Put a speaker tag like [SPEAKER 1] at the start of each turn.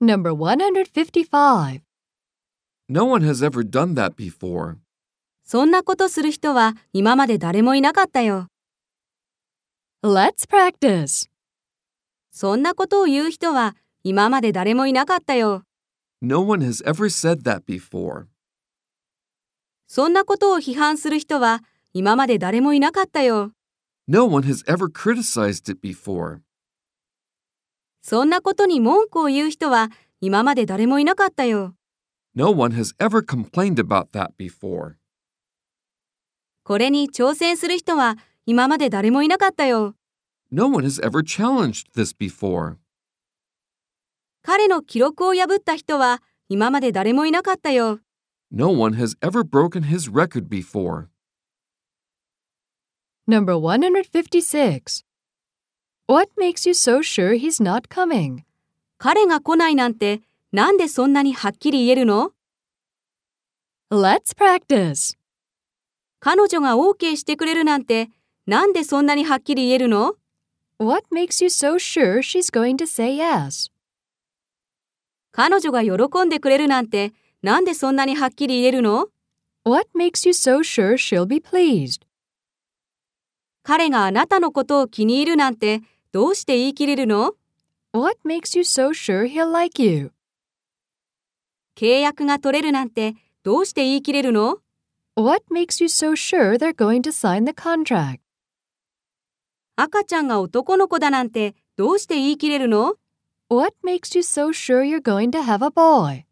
[SPEAKER 1] Number 155.
[SPEAKER 2] No one has ever done that before.
[SPEAKER 3] そんなことする人は今まで誰もいなかったよ。
[SPEAKER 1] Let's practice.
[SPEAKER 3] そんなことを言う人は今まで誰もいなかったよ。
[SPEAKER 2] No one has ever said that before.
[SPEAKER 3] そんなことを批判する人は今まで誰もいなかったよ。
[SPEAKER 2] No one has ever criticized it before.
[SPEAKER 3] そんなことに文句を言う人は今まで誰もいなかったよ。
[SPEAKER 2] No one has ever complained about that before.
[SPEAKER 3] これに挑戦する人は今まで誰もいなかったよ。
[SPEAKER 2] No one has ever challenged this before.
[SPEAKER 3] 彼の記録を破った人は今まで誰もいなかったよ。
[SPEAKER 2] No one has ever broken his record before.
[SPEAKER 1] Number 156. What makes you so sure he's not coming?
[SPEAKER 3] 彼が来ないなんてなんでそんなにはっきり言えるの
[SPEAKER 1] Let's practice.
[SPEAKER 3] 彼女が OK してくれるなんてなんでそんなにはっきり言えるの
[SPEAKER 1] What makes you so sure she's going to say yes?
[SPEAKER 3] 彼女が喜んでくれるなんてなんでそんなにはっきり言えるの
[SPEAKER 1] What makes you so sure she'll be pleased?
[SPEAKER 3] 彼があなたのことを気に入るなんてどうして言い切れるの
[SPEAKER 1] What makes you so sure he'll like you?
[SPEAKER 3] 契約が取れるなんてどうして言い切れるの
[SPEAKER 1] What makes you so sure they're going to sign the contract?
[SPEAKER 3] 赤ちゃんが男の子だなんてどうして言い切れるの
[SPEAKER 1] What makes you so sure you're going to have a boy?